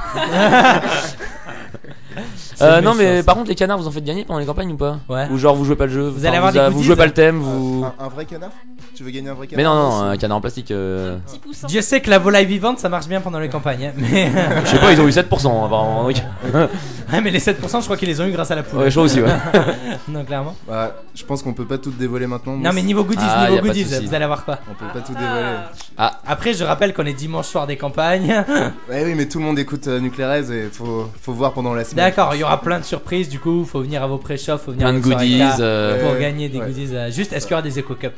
[SPEAKER 5] Euh, non, mais par contre, les canards, vous en faites gagner pendant les campagnes ou pas
[SPEAKER 7] Ouais.
[SPEAKER 5] Ou genre, vous jouez pas le jeu enfin,
[SPEAKER 7] allez avoir
[SPEAKER 5] vous,
[SPEAKER 7] des
[SPEAKER 5] a- vous
[SPEAKER 7] goodies,
[SPEAKER 5] jouez pas
[SPEAKER 7] hein.
[SPEAKER 5] le thème vous...
[SPEAKER 6] Un, un vrai canard Tu veux gagner un vrai canard
[SPEAKER 5] Mais non, non, un canard en plastique. euh,
[SPEAKER 11] Petit poussin.
[SPEAKER 7] Dieu sait que la volaille vivante ça marche bien pendant les campagnes. hein, Mais,
[SPEAKER 5] Je sais pas, ils ont eu 7% apparemment. donc-
[SPEAKER 7] Ah, mais les 7%, je crois qu'ils les ont eu grâce à la poule.
[SPEAKER 5] Ouais, je crois aussi, ouais.
[SPEAKER 7] Non, clairement.
[SPEAKER 6] Bah, je pense qu'on peut pas tout dévoiler maintenant.
[SPEAKER 7] Non, mais niveau goodies,
[SPEAKER 5] Ah, y a
[SPEAKER 7] niveau
[SPEAKER 5] pas de
[SPEAKER 7] goodies,
[SPEAKER 5] souci.
[SPEAKER 7] vous allez avoir quoi
[SPEAKER 6] On peut pas tout dévoiler.
[SPEAKER 7] Après, je rappelle qu'on est dimanche soir des campagnes.
[SPEAKER 6] Ouais, Eh oui, mais tout le monde écoute euh, Nuclérez et faut, faut voir pendant la semaine.
[SPEAKER 7] D'accord, il y aura plein de surprises du coup. Faut venir à vos préchauffes, faut venir
[SPEAKER 5] Plein
[SPEAKER 7] à
[SPEAKER 5] de
[SPEAKER 7] vos soirées
[SPEAKER 5] goodies.
[SPEAKER 7] là
[SPEAKER 5] euh,
[SPEAKER 7] pour
[SPEAKER 6] Ouais,
[SPEAKER 7] gagner des
[SPEAKER 6] ouais.
[SPEAKER 7] goodies. euh, Juste, est-ce qu'il y aura des éco cups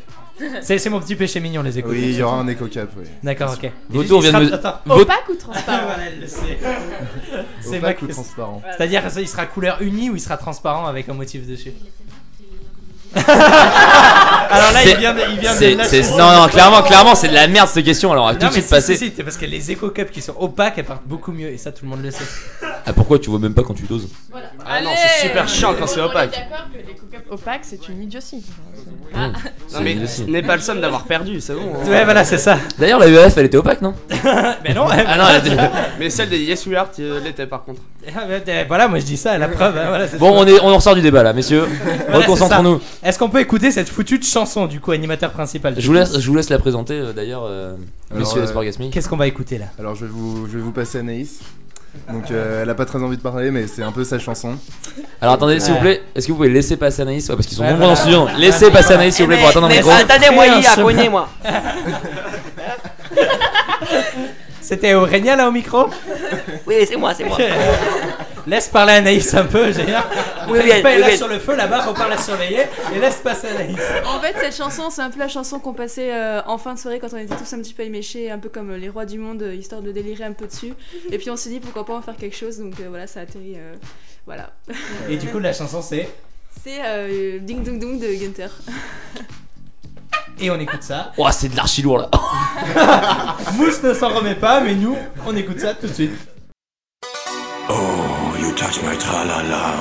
[SPEAKER 7] C'est c'est mon petit péché mignon, les éco cups.
[SPEAKER 6] Oui, il y aura un éco cap oui.
[SPEAKER 7] D'accord, ok.
[SPEAKER 5] Vautour
[SPEAKER 7] Il
[SPEAKER 5] vient de me-
[SPEAKER 7] sera- attends,
[SPEAKER 5] Vaut-
[SPEAKER 1] Opaque ou transparent
[SPEAKER 7] voilà, elle le sait. C'est ma
[SPEAKER 6] Opaque ou
[SPEAKER 7] question.
[SPEAKER 6] transparent
[SPEAKER 7] C'est-à-dire qu'il sera couleur unie ou il sera transparent avec un motif dessus Alors là, il
[SPEAKER 5] C'est-
[SPEAKER 7] vient de, il vient de
[SPEAKER 5] c'est-
[SPEAKER 7] lâcher
[SPEAKER 5] c'est-
[SPEAKER 7] son-
[SPEAKER 5] Non, non, clairement, clairement, c'est de la merde cette question. Alors, on va tout
[SPEAKER 7] Non,
[SPEAKER 5] de
[SPEAKER 7] mais
[SPEAKER 5] suite
[SPEAKER 7] si, si,
[SPEAKER 5] passer.
[SPEAKER 7] si, c'est parce que les éco cups qui sont opaques, elles partent beaucoup mieux et ça, tout le monde le sait.
[SPEAKER 5] Ah, pourquoi tu vois même pas quand tu doses
[SPEAKER 1] Voilà.
[SPEAKER 9] Ah non, c'est
[SPEAKER 1] Allez
[SPEAKER 9] super chiant quand c'est
[SPEAKER 1] On est
[SPEAKER 9] opaque.
[SPEAKER 1] d'accord que les coca opaques, c'est une idiotie.
[SPEAKER 9] Non, mais
[SPEAKER 5] aussi.
[SPEAKER 9] ce n'est pas le seum d'avoir perdu, c'est bon. hein.
[SPEAKER 7] Ouais, voilà, c'est ça.
[SPEAKER 5] D'ailleurs, la UEF elle était opaque, non
[SPEAKER 7] Mais non,
[SPEAKER 5] Ah non, elle était-
[SPEAKER 9] Mais celle des Yes We Art euh, l'était par contre.
[SPEAKER 7] voilà, moi je dis ça, la preuve. hein, voilà, c'est
[SPEAKER 5] Bon,
[SPEAKER 7] ça.
[SPEAKER 5] on, est, on en sort du débat là, messieurs.
[SPEAKER 7] Voilà, c'est
[SPEAKER 5] Reconcentrons-nous.
[SPEAKER 7] Est-ce qu'on peut écouter cette foutue de chanson du coup, animateur principal
[SPEAKER 5] Je vous laisse, je vous laisse la présenter euh, d'ailleurs, euh,
[SPEAKER 6] Alors,
[SPEAKER 5] Monsieur
[SPEAKER 6] euh,
[SPEAKER 5] Sporgasmic.
[SPEAKER 7] Qu'est-ce qu'on va écouter là
[SPEAKER 6] Alors, je vais vous, je vais vous passer Anaïs. Donc, euh, elle a pas très envie de parler, mais c'est un peu sa chanson.
[SPEAKER 5] Alors attendez, s'il vous
[SPEAKER 7] Ouais.
[SPEAKER 5] plaît, est-ce que vous pouvez laisser passer Anaïs Ouais, Parce qu'ils sont
[SPEAKER 7] Ouais, Eh,
[SPEAKER 5] nombreux dans le studio. Laissez passer Anaïs, s'il vous plaît, pour attendre un micro.
[SPEAKER 7] Attendez-moi, il a moi. C'était Aurélien là au micro
[SPEAKER 11] Oui, c'est moi, c'est moi.
[SPEAKER 7] Laisse parler Anaïs un peu, j'ai l'air.
[SPEAKER 11] Oui,
[SPEAKER 7] Faites
[SPEAKER 11] oui,
[SPEAKER 7] pas
[SPEAKER 11] oui,
[SPEAKER 7] là
[SPEAKER 11] oui.
[SPEAKER 7] sur le feu là-bas, faut pas la surveiller et laisse passer Anaïs.
[SPEAKER 11] En fait, cette chanson, c'est un peu la chanson qu'on passait euh, en fin de soirée quand on était tous un petit peu éméchés, un peu comme euh, les rois du monde, euh, histoire de délirer un peu dessus. Et puis on s'est dit pourquoi pas en faire quelque chose, donc euh, voilà, ça atterrit. euh, voilà.
[SPEAKER 7] Et du coup, la chanson c'est.
[SPEAKER 11] C'est euh, Ding Dong Dong de Gunther.
[SPEAKER 7] Et on écoute ça.
[SPEAKER 5] Ouah, Oh, c'est de l'archi lourd là.
[SPEAKER 7] Mousse ne s'en remet pas, mais nous, on écoute ça tout de suite.
[SPEAKER 3] Oh, you touch my tralala.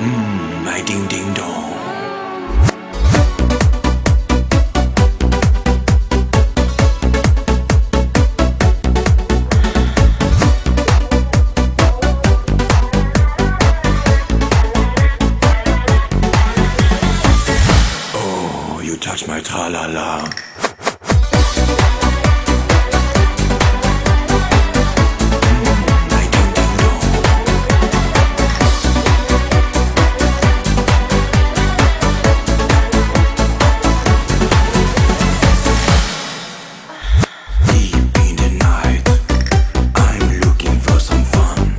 [SPEAKER 3] Mmm, my ding ding dong. Oh, you touch my tralala. My ding ding dong. Deep in the night, I'm looking for some fun.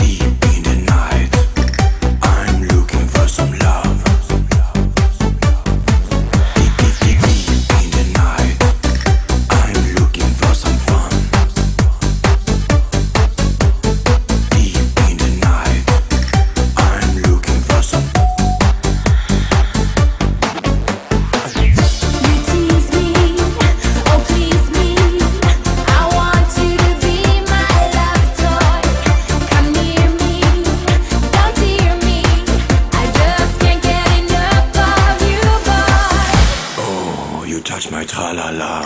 [SPEAKER 3] Deep in the night, I'm looking for some love. Deep, deep, deep, deep in the night, I'm looking for some fun. Deep in the night, I'm looking for some. Oh, you touch my tralala.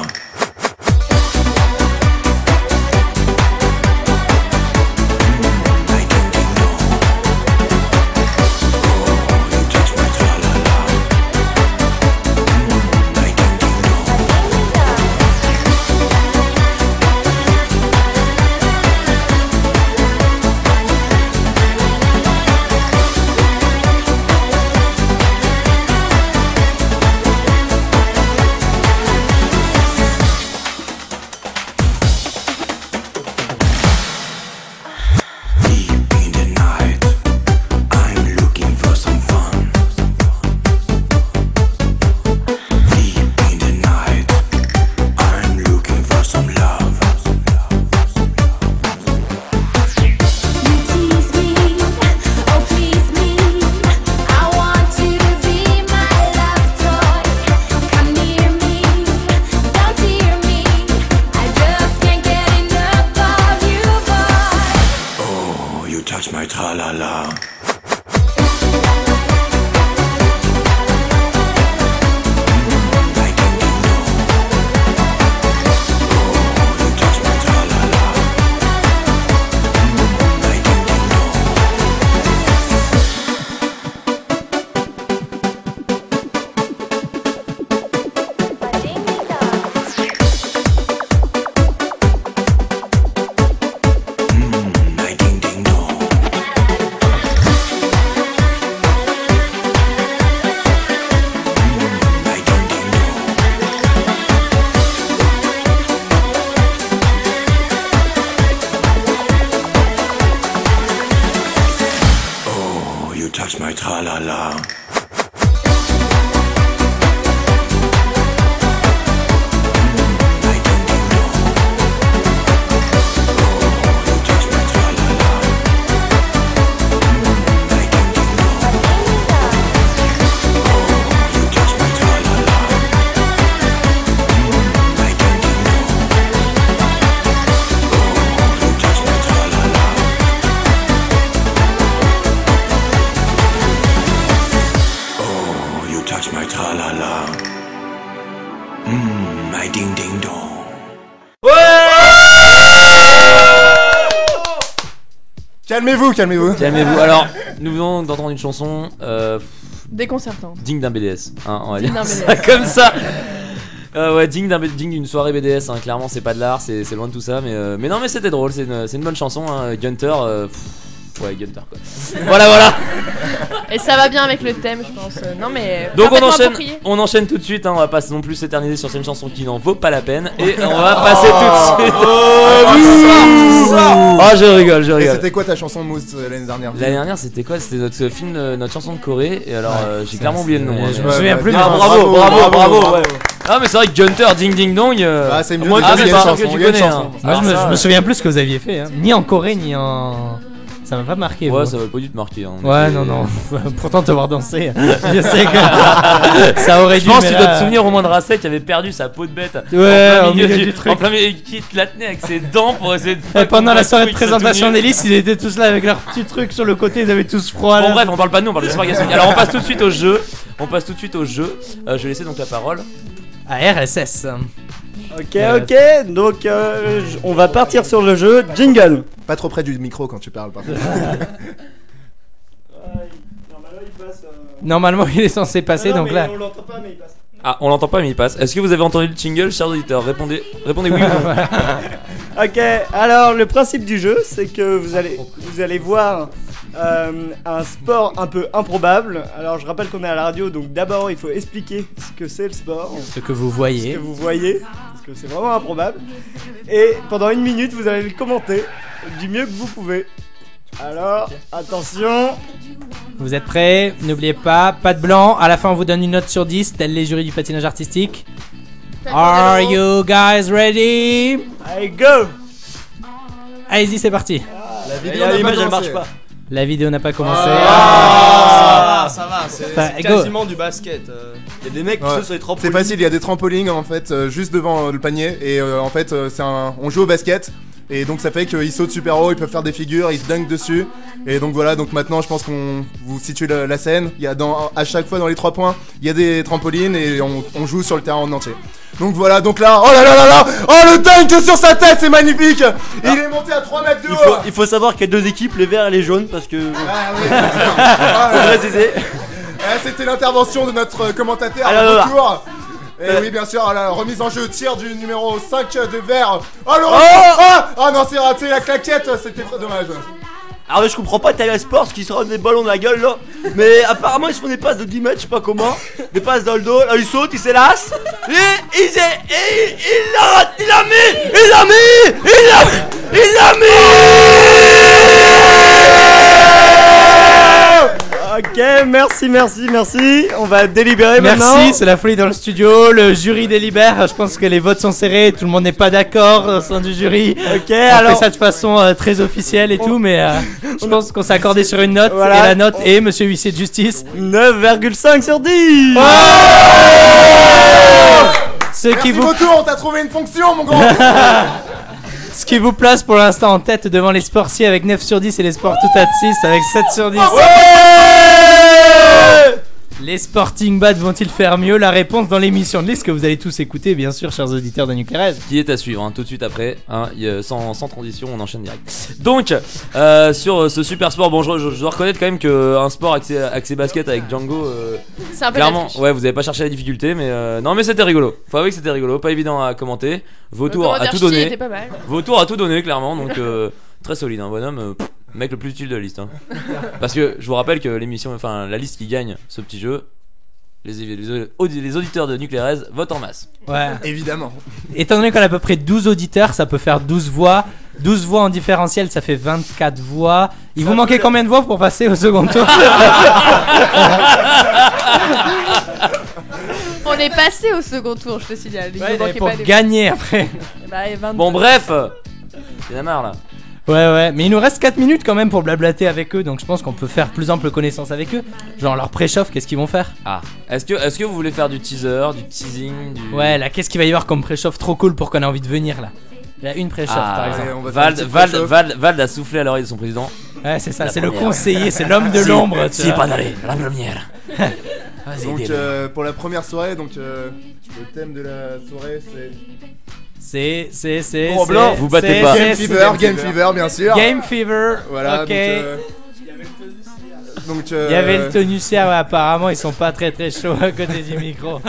[SPEAKER 3] My ding ding dong. Oh, you touch my tralala. My ding ding dong. you touch my tralala. Oh, you touch my tralala. Oh, you touch my tralala. Mmm, my ding ding dong.
[SPEAKER 6] Calmez-vous, calmez-vous.
[SPEAKER 5] Calmez-vous. Alors, nous venons d'entendre une chanson euh,
[SPEAKER 1] Déconcertante.
[SPEAKER 5] digne d'un BDS. hein, on va
[SPEAKER 1] Digne
[SPEAKER 5] dire
[SPEAKER 1] d'un
[SPEAKER 5] ça
[SPEAKER 1] BDS.
[SPEAKER 5] comme ça. Euh, ouais, digne d'un B- digne d'une soirée BDS. hein. Clairement, c'est pas de l'art, c'est c'est loin de tout ça. Mais, euh, mais non, mais c'était drôle. C'est une, c'est une bonne chanson. hein. Gunter. euh, pff, ouais, Gunter quoi. voilà, voilà.
[SPEAKER 1] Et ça va bien avec le thème, je pense. Euh, Non, mais.
[SPEAKER 5] Donc on
[SPEAKER 1] parfaitement
[SPEAKER 5] enchaîne,
[SPEAKER 1] approprié.
[SPEAKER 5] on enchaîne tout de suite, hein, on va pas non plus s'éterniser sur une chanson qui n'en vaut pas la peine et on va passer tout de suite. Ah,
[SPEAKER 6] Oh,
[SPEAKER 5] je rigole, je
[SPEAKER 6] Et
[SPEAKER 5] rigole.
[SPEAKER 6] c'était quoi ta chanson Mousse euh, l'année dernière
[SPEAKER 5] L'année dernière c'était quoi C'était notre film, euh, notre chanson de Corée et alors euh, j'ai clairement oublié le nom. hein,
[SPEAKER 6] c'est- je
[SPEAKER 5] mais-
[SPEAKER 6] me souviens plus,
[SPEAKER 5] Ah,
[SPEAKER 6] mais-
[SPEAKER 5] bravo,
[SPEAKER 6] bravo,
[SPEAKER 5] bravo,
[SPEAKER 6] bravo,
[SPEAKER 5] bravo.
[SPEAKER 6] bravo.
[SPEAKER 5] ouais. Ah mais c'est vrai que Gunter, ding ding dong. euh,
[SPEAKER 6] Ah, c'est mieux
[SPEAKER 5] moi,
[SPEAKER 6] de
[SPEAKER 5] ah,
[SPEAKER 6] gagner
[SPEAKER 5] mais
[SPEAKER 6] une
[SPEAKER 5] c'est un
[SPEAKER 6] chanson,
[SPEAKER 5] que tu
[SPEAKER 6] gagner une
[SPEAKER 5] connais.
[SPEAKER 6] chanson.
[SPEAKER 5] hein.
[SPEAKER 7] Moi, je,
[SPEAKER 5] Alors
[SPEAKER 7] me,
[SPEAKER 5] ça,
[SPEAKER 7] je me
[SPEAKER 5] ouais.
[SPEAKER 7] souviens plus ce que vous aviez fait, hein. ni en Corée, ni en. Ça m'a pas marqué.
[SPEAKER 5] Ouais,
[SPEAKER 7] vous.
[SPEAKER 5] ça va pas du tout marquer. hein, on
[SPEAKER 7] Ouais,
[SPEAKER 5] était-
[SPEAKER 7] non, non. Pourtant, te voir danser, je sais que ça aurait dû.
[SPEAKER 5] Je pense
[SPEAKER 7] mais
[SPEAKER 5] que tu
[SPEAKER 7] là-
[SPEAKER 5] dois te souvenir au moins de Rasset qui avait perdu sa peau de bête.
[SPEAKER 7] Ouais,
[SPEAKER 5] en plein
[SPEAKER 7] au milieu du truc.
[SPEAKER 5] En plein milieu, et qui te la tenait avec ses dents pour essayer de.
[SPEAKER 7] Et pendant la soirée de
[SPEAKER 5] Ils sont
[SPEAKER 7] présentation
[SPEAKER 5] tous nus.
[SPEAKER 7] d'Hélice, ils étaient tous là avec leurs petits trucs sur le côté, ils avaient tous froid.
[SPEAKER 5] Bon
[SPEAKER 7] là.
[SPEAKER 5] bref, on parle pas de nous, on parle de Super Gaston. Alors on passe tout de suite au jeu. On passe tout de suite au jeu. Euh, je vais laisser donc la parole.
[SPEAKER 7] À RSS.
[SPEAKER 8] Ok, ok, donc euh, j- on va partir sur le jeu. Jingle
[SPEAKER 6] Pas trop près du micro quand tu parles, par contre.
[SPEAKER 7] Normalement, il est censé passer, donc là.
[SPEAKER 5] Ah, on l'entend pas mais il passe. Est-ce que vous avez entendu le jingle, chers auditeurs Répondez, répondez oui ou non.
[SPEAKER 8] Ok, alors le principe du jeu, c'est que vous allez, vous allez voir euh, un sport un peu improbable. Alors je rappelle qu'on est à la radio, donc d'abord il faut expliquer ce que c'est le sport.
[SPEAKER 7] Ce que vous
[SPEAKER 8] ce
[SPEAKER 7] voyez.
[SPEAKER 8] que vous voyez, parce que c'est vraiment improbable. Et pendant une minute, vous allez le commenter du mieux que vous pouvez. Alors, attention.
[SPEAKER 7] Vous êtes prêts N'oubliez pas, pas de blanc. À la fin, on vous donne une note sur 10, tel les jurys du patinage artistique. Are you guys ready
[SPEAKER 8] Allez, go
[SPEAKER 7] Allez-y, c'est parti.
[SPEAKER 6] La
[SPEAKER 8] vidéo n'a pas commencé.
[SPEAKER 7] La vidéo n'a pas commencé.
[SPEAKER 9] Ah, ça va, c'est
[SPEAKER 7] Enfin,
[SPEAKER 9] c'est
[SPEAKER 7] go.
[SPEAKER 9] quasiment du basket. euh.
[SPEAKER 8] Il y a des mecs
[SPEAKER 6] qui Ouais. sont
[SPEAKER 8] sur les
[SPEAKER 6] C'est facile, il y a des trampolines en fait euh, juste devant euh, le panier et euh, en fait euh, c'est un on joue au basket et donc ça fait qu'ils sautent super haut, ils peuvent faire des figures, ils se dunkent dessus et donc voilà donc maintenant je pense qu'on vous situe la, la scène, il y a dans à chaque fois dans les trois points, il y a des trampolines et on, on joue sur le terrain en entier. Donc voilà donc là oh là là là là oh le dunk sur sa tête c'est magnifique Ah. il est monté à 3 mètres de
[SPEAKER 8] Il
[SPEAKER 6] haut
[SPEAKER 8] faut, il faut savoir qu'il y a deux équipes, les verts et les jaunes, parce que.
[SPEAKER 6] Ah oui, ah, ouais.
[SPEAKER 8] préciser.
[SPEAKER 6] Ah, C'était l'intervention de notre euh, commentateur
[SPEAKER 8] Alors,
[SPEAKER 6] à
[SPEAKER 8] voilà.
[SPEAKER 6] retour. Et
[SPEAKER 8] Euh.
[SPEAKER 6] oui, bien sûr, la remise en jeu, tir du numéro 5 de vert. Oh, le
[SPEAKER 8] Oh
[SPEAKER 6] retour. Ah Ah non, c'est raté, la claquette, c'était très dommage.
[SPEAKER 8] Alors là, Ah je comprends pas Italia Sports qui se rend des ballons dans la gueule là. Mais apparemment ils se font des passes de 10 mètres, je sais pas comment. Des passes Ah, dans le dos, là ils sautent, ils s'élassent. Et il s'est- et il- il l'a raté, il l'a mis Il l'a mis Il l'a Il l'a mis Ok, merci, merci, merci. On va délibérer
[SPEAKER 7] Merci, c'est la folie dans le studio. Le jury délibère. Je pense que les votes sont serrés. Tout le monde n'est pas d'accord au sein du jury.
[SPEAKER 8] Ok,
[SPEAKER 7] On fait ça de façon euh, très officielle et tout, mais euh, je pense qu'on s'est accordé sur une note.
[SPEAKER 8] Voilà.
[SPEAKER 7] Et la note est Monsieur Huissier de Justice.
[SPEAKER 8] 9,5 sur 10
[SPEAKER 7] Ceux
[SPEAKER 6] Merci,
[SPEAKER 7] qui vous.
[SPEAKER 6] retour, on t'a trouvé une fonction, mon grand.
[SPEAKER 7] Ce qui vous place pour l'instant en tête devant les sportiers avec 9 sur 10 et les sports tout à 6 avec 7 sur 10. les Sporting Bad vont-ils faire mieux La réponse dans l'émission de liste que vous allez tous écouter, bien sûr, chers auditeurs de Nuclearez.
[SPEAKER 5] Qui est à suivre hein, tout de suite après, hein, y a- sans, sans transition, on enchaîne direct. Donc, euh, sur euh, ce super sport, bon, je, je- je dois reconnaître quand même qu'un sport axé, axé basket avec Django, euh,
[SPEAKER 1] C'est un peu
[SPEAKER 5] clairement,
[SPEAKER 1] la triche.
[SPEAKER 5] ouais, vous avez pas cherché la difficulté, mais euh, non, mais c'était rigolo. Faut avouer que c'était rigolo, pas évident à commenter. Vautour
[SPEAKER 1] Comment
[SPEAKER 5] a
[SPEAKER 1] dire,
[SPEAKER 5] tout
[SPEAKER 1] ch'ti
[SPEAKER 5] donné.
[SPEAKER 1] était pas mal.
[SPEAKER 5] Vautour a tout donné, clairement, donc euh, très solide, un bonhomme. euh, pff, Mec le plus utile de la liste. hein. Parce que je vous rappelle que l'émission, enfin la liste qui gagne ce petit jeu, les, les- les auditeurs de Nuclearez votent en masse.
[SPEAKER 7] Ouais.
[SPEAKER 6] Évidemment.
[SPEAKER 7] Étant donné qu'on a à peu près 12 auditeurs, ça peut faire 12 voix. 12 voix en différentiel, ça fait 24 voix. Il vous manquait combien de voix pour passer au second tour
[SPEAKER 1] On est passé au second tour, je te signale. Il
[SPEAKER 7] Ouais,
[SPEAKER 1] nous manquait
[SPEAKER 7] mais pour
[SPEAKER 1] pas des-
[SPEAKER 7] gagner après.
[SPEAKER 1] Bah, et 22.
[SPEAKER 5] Bon bref, il y en a marre là.
[SPEAKER 7] Ouais, ouais, mais il nous reste 4 minutes quand même pour blablater avec eux, donc je pense qu'on peut faire plus ample connaissance avec eux. Genre leur préchauffe, qu'est-ce qu'ils vont faire
[SPEAKER 5] Ah, est-ce que, est-ce que vous voulez faire du teaser, du teasing, du...
[SPEAKER 7] Ouais, là, qu'est-ce qu'il va y avoir comme préchauffe trop cool pour qu'on ait envie de venir là Là, une préchauffe
[SPEAKER 5] Ah,
[SPEAKER 7] par
[SPEAKER 5] ouais, on va
[SPEAKER 7] exemple.
[SPEAKER 5] Vald, Vald, Vald, Vald a soufflé à l'oreille de son président.
[SPEAKER 7] Ouais, c'est ça,
[SPEAKER 5] La
[SPEAKER 7] c'est le
[SPEAKER 5] première.
[SPEAKER 7] conseiller, c'est l'homme de
[SPEAKER 5] Si,
[SPEAKER 7] l'ombre. tu
[SPEAKER 5] Si,
[SPEAKER 7] vois.
[SPEAKER 5] pas d'aller, la première.
[SPEAKER 7] Bah,
[SPEAKER 5] Vas-y,
[SPEAKER 6] Donc
[SPEAKER 5] dis-le.
[SPEAKER 6] euh, pour la première soirée, donc euh, le thème de la soirée c'est
[SPEAKER 7] C'est, c'est, c'est.
[SPEAKER 6] Bon,
[SPEAKER 7] c'est-
[SPEAKER 6] blanc.
[SPEAKER 5] Vous battez
[SPEAKER 7] c'est-
[SPEAKER 5] pas.
[SPEAKER 7] c'est-
[SPEAKER 6] Game
[SPEAKER 7] Bah, c'est-
[SPEAKER 6] Fever, Game Fever bien sûr.
[SPEAKER 7] Game Fever.
[SPEAKER 6] Voilà.
[SPEAKER 7] ok.
[SPEAKER 6] donc, euh, Donc, euh,
[SPEAKER 7] Il y avait le tenusia, ouais, apparemment ils sont pas très très chauds à côté du micro.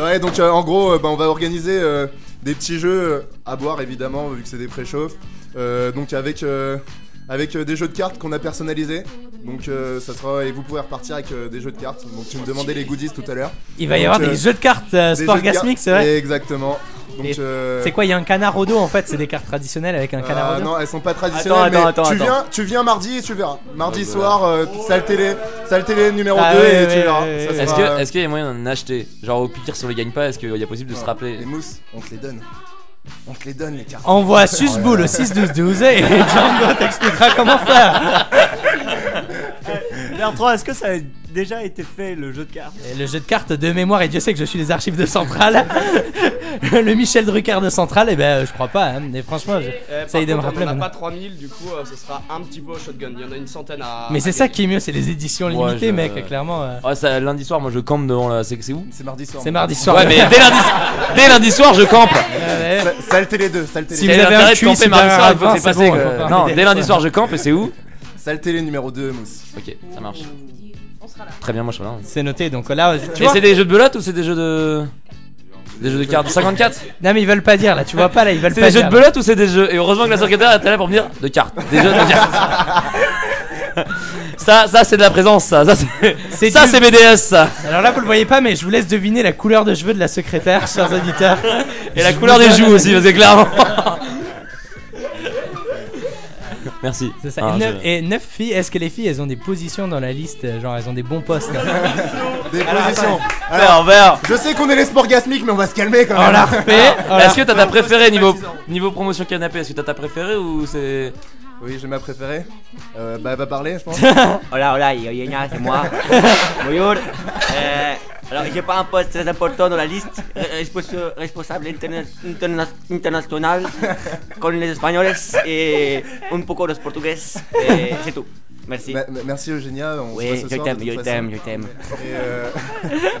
[SPEAKER 6] Ouais, donc euh, en gros, euh, bah, on va organiser euh, des petits jeux euh, à boire évidemment, vu que c'est des préchauffes. Euh, donc avec, euh, avec euh, des jeux de cartes qu'on a personnalisés. Donc euh, ça sera. Et vous pouvez repartir avec euh, des jeux de cartes. Donc tu me demandais les goodies tout à l'heure.
[SPEAKER 7] Il va y
[SPEAKER 6] Donc,
[SPEAKER 7] avoir
[SPEAKER 6] euh,
[SPEAKER 7] des jeux de cartes euh,
[SPEAKER 6] des jeux de
[SPEAKER 7] sportgasmiques,
[SPEAKER 6] cartes.
[SPEAKER 7] c'est vrai
[SPEAKER 6] Exactement. Donc,
[SPEAKER 7] Et
[SPEAKER 6] euh,
[SPEAKER 7] C'est quoi, il y a un canard au dos en fait, c'est des cartes traditionnelles avec un canard
[SPEAKER 6] Ah
[SPEAKER 7] au dos
[SPEAKER 6] non, elles sont pas traditionnelles.
[SPEAKER 7] Attends,
[SPEAKER 6] mais
[SPEAKER 7] attends,
[SPEAKER 6] tu,
[SPEAKER 7] attends,
[SPEAKER 6] Viens, tu viens mardi et tu verras. Mardi soir, euh, salle télé, salle télé numéro
[SPEAKER 7] Ah
[SPEAKER 6] 2
[SPEAKER 7] ouais,
[SPEAKER 6] et
[SPEAKER 7] ouais,
[SPEAKER 6] tu verras.
[SPEAKER 7] ouais,
[SPEAKER 6] Ça
[SPEAKER 7] ouais.
[SPEAKER 6] sera,
[SPEAKER 5] Est-ce, que,
[SPEAKER 6] euh,
[SPEAKER 5] est-ce qu'il y a moyen d'en acheter Genre au pire si on les gagne pas, est-ce qu'il y a possible de se rappeler
[SPEAKER 6] les mousses, on te les donne. On te les donne les cartes.
[SPEAKER 7] Envoie Susboul au 6-12-12 et Django t'expliquera comment faire.
[SPEAKER 8] Bertrand, est-ce que ça a déjà été fait le jeu de cartes
[SPEAKER 7] Et le jeu de cartes de mémoire, et Dieu sait que je suis les archives de Centrale. le Michel Drucker de Centrale, et ben je crois pas, hein, mais franchement, je-
[SPEAKER 9] Eh,
[SPEAKER 7] ça y est de me
[SPEAKER 9] par contre,
[SPEAKER 7] rappeler
[SPEAKER 9] On en a
[SPEAKER 7] maintenant.
[SPEAKER 9] pas 3000, du coup, euh, ce sera un petit peu au shotgun. Il y en a une centaine à.
[SPEAKER 7] Mais c'est
[SPEAKER 9] à
[SPEAKER 7] ça
[SPEAKER 9] gagner.
[SPEAKER 7] qui est mieux, c'est les éditions
[SPEAKER 5] Ouais,
[SPEAKER 7] limitées,
[SPEAKER 5] je-
[SPEAKER 7] mec, clairement. euh,
[SPEAKER 5] Ouais, ça, lundi soir, moi je campe devant la. C'est, c'est où
[SPEAKER 6] C'est mardi soir.
[SPEAKER 7] C'est mardi soir.
[SPEAKER 5] Ouais,
[SPEAKER 7] le-
[SPEAKER 5] mais dès lundi, dès lundi soir, je campe
[SPEAKER 7] Ouais, ouais.
[SPEAKER 6] Sa- Salle télé 2, salle
[SPEAKER 7] Si
[SPEAKER 6] télé.
[SPEAKER 7] vous
[SPEAKER 5] Et
[SPEAKER 7] avez
[SPEAKER 5] l'intérêt
[SPEAKER 7] un
[SPEAKER 5] de
[SPEAKER 7] QI
[SPEAKER 5] camper
[SPEAKER 7] supérieur
[SPEAKER 5] mardi
[SPEAKER 7] à
[SPEAKER 5] soir, il faut
[SPEAKER 7] 20,
[SPEAKER 5] que c'est
[SPEAKER 7] c'est
[SPEAKER 5] passé.
[SPEAKER 7] bon,
[SPEAKER 5] que-
[SPEAKER 7] on va pas
[SPEAKER 5] Non,
[SPEAKER 7] faire
[SPEAKER 5] dès
[SPEAKER 7] des
[SPEAKER 5] lundi
[SPEAKER 7] fois.
[SPEAKER 5] soir, je campe et c'est où
[SPEAKER 6] Salle télé numéro 2, Mousse.
[SPEAKER 5] Ok, ça marche. On sera là. Très bien, moi je serai là.
[SPEAKER 7] C'est noté, donc là, tu
[SPEAKER 5] Et
[SPEAKER 7] vois.
[SPEAKER 5] c'est des jeux de belote ou c'est des jeux de. Des jeux de cartes 54
[SPEAKER 7] Non, mais ils veulent pas dire là, tu vois pas là, ils veulent
[SPEAKER 5] C'est
[SPEAKER 7] pas
[SPEAKER 5] des jeux
[SPEAKER 7] dire.
[SPEAKER 5] de belote ou c'est des jeux Et heureusement que la secrétaire était là pour me dire de cartes. Des jeux de cartes. ça, ça c'est de la présence, ça. Ça, c'est
[SPEAKER 7] C'est
[SPEAKER 5] ça,
[SPEAKER 7] du-
[SPEAKER 5] c'est BDS, ça.
[SPEAKER 7] Alors là, vous le voyez pas, mais je vous laisse deviner la couleur de cheveux de la secrétaire, chers auditeurs.
[SPEAKER 5] Et la couleur des joues aussi, parce que clairement. Merci.
[SPEAKER 7] C'est ça.
[SPEAKER 5] Ah,
[SPEAKER 7] et,
[SPEAKER 5] je-
[SPEAKER 7] neuf, et neuf filles, est-ce que les filles elles ont des positions dans la liste euh, Genre elles ont des bons postes hein
[SPEAKER 6] Des positions.
[SPEAKER 5] Vert, vert.
[SPEAKER 6] Je sais qu'on est les sports gasmiques, mais on va se calmer quand
[SPEAKER 7] On
[SPEAKER 6] même.
[SPEAKER 7] l'a refait on l'a
[SPEAKER 5] Est-ce que t'as ta préférée niveau, niveau promotion canapé Est-ce que t'as ta préférée ou c'est.
[SPEAKER 6] Oui, j'ai ma préférée. Euh, bah, elle va parler, je pense.
[SPEAKER 8] Hola, hola, yo, yo, yo, c'est moi. Bonjour. Euh, alors, j'ai pas un poste très important dans la liste. Re- respons- Responsable interna- interna- international con les Espagnols et un poco los portugais. Et C'est tout. Merci.
[SPEAKER 6] Ma- ma- merci Eugénia, on se
[SPEAKER 8] Oui,
[SPEAKER 6] voit Bah, ce
[SPEAKER 8] je
[SPEAKER 6] soir. de
[SPEAKER 8] t'aime,
[SPEAKER 6] toute
[SPEAKER 8] je
[SPEAKER 6] façon.
[SPEAKER 8] t'aime, je t'aime.
[SPEAKER 6] Et, euh,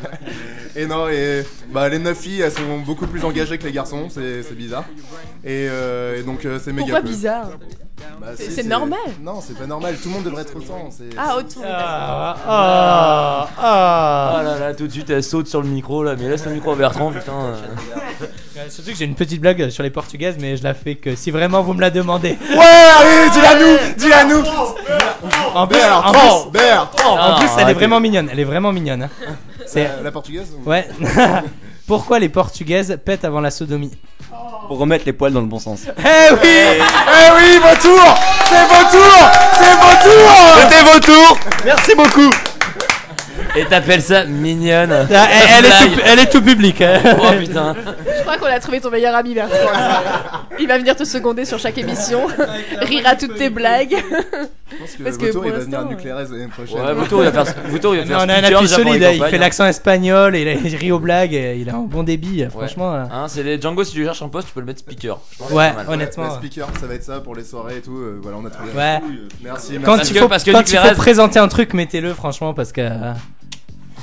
[SPEAKER 6] et non, et bah, les 9 filles, elles sont beaucoup plus engagées que les garçons, c'est c'est bizarre. Et, euh, et donc euh, c'est méga
[SPEAKER 1] Pourquoi
[SPEAKER 6] cool.
[SPEAKER 1] bizarre
[SPEAKER 6] Bah,
[SPEAKER 1] C'est-
[SPEAKER 6] si,
[SPEAKER 1] c'est normal.
[SPEAKER 6] Non, c'est pas normal, tout le monde devrait être autant. c'est-
[SPEAKER 1] Ah, autant.
[SPEAKER 7] Ah, ah,
[SPEAKER 5] Ah
[SPEAKER 7] ah.
[SPEAKER 5] là là, tout de suite elle saute sur le micro là, mais laisse le micro à Bertrand, putain. euh.
[SPEAKER 7] Ouais, Euh, Surtout que j'ai une petite blague sur les portugaises, mais je la fais que si vraiment vous me la demandez.
[SPEAKER 6] Ouais, allez, dis-la nous, dis-la nous.
[SPEAKER 7] En plus, en
[SPEAKER 6] Bertrand,
[SPEAKER 7] plus,
[SPEAKER 6] Bertrand.
[SPEAKER 7] en plus, elle
[SPEAKER 5] Ah,
[SPEAKER 7] est
[SPEAKER 5] arrêtez.
[SPEAKER 7] vraiment mignonne, elle est vraiment mignonne. hein. C'est.
[SPEAKER 6] Euh, La portugaise ou-
[SPEAKER 7] Ouais. Pourquoi les portugaises pètent avant la sodomie
[SPEAKER 8] Pour remettre les poils dans le bon sens.
[SPEAKER 7] Eh oui
[SPEAKER 6] Eh oui, vos tours C'est vos tours C'est vos tours
[SPEAKER 5] C'était vos tours Merci beaucoup Et t'appelles ça mignonne
[SPEAKER 7] Ah, elle, elle est
[SPEAKER 5] Blague.
[SPEAKER 7] tout, elle est tout public. hein.
[SPEAKER 5] Oh putain
[SPEAKER 1] Je crois qu'on a trouvé ton meilleur ami Bertrand. là. Il va venir te seconder sur chaque émission, rire à toutes tes blagues.
[SPEAKER 6] Parce que,
[SPEAKER 1] Parce que
[SPEAKER 6] Vautour,
[SPEAKER 1] pour
[SPEAKER 6] il va venir à
[SPEAKER 1] l'instant,
[SPEAKER 6] Nucléaire l'année prochaine.
[SPEAKER 5] Ouais, Vautour, il va faire- Vautour, il va faire
[SPEAKER 7] Non, on a un
[SPEAKER 5] speaker,
[SPEAKER 7] appui
[SPEAKER 5] il va pour les
[SPEAKER 7] solide, il fait
[SPEAKER 5] campagnes. hein.
[SPEAKER 7] l'accent espagnol, il, a- il rit aux blagues, et il a un bon débit, franchement. euh.
[SPEAKER 5] Hein, c'est les Django, si tu cherches un poste, tu peux le mettre speaker. Je pense que
[SPEAKER 7] Ouais,
[SPEAKER 5] c'est pas mal.
[SPEAKER 7] honnêtement.
[SPEAKER 6] Ouais, speaker, ça va être ça pour les soirées et tout. euh, voilà, on a trouvé.
[SPEAKER 7] Ouais.
[SPEAKER 6] Merci.
[SPEAKER 7] Quand
[SPEAKER 6] merci.
[SPEAKER 7] il faut, quand il faut présenter un truc, mettez-le, franchement, parce que.